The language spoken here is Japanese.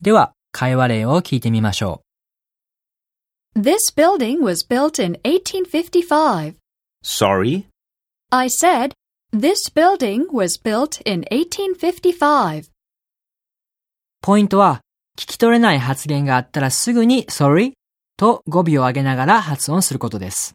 では、会話例を聞いてみましょ This building was built in 1855. Sorry? I said, This building was built in 1855. う。ポイントは、聞き取れない発言があったらすぐに sorry と語尾を上げながら発音することです。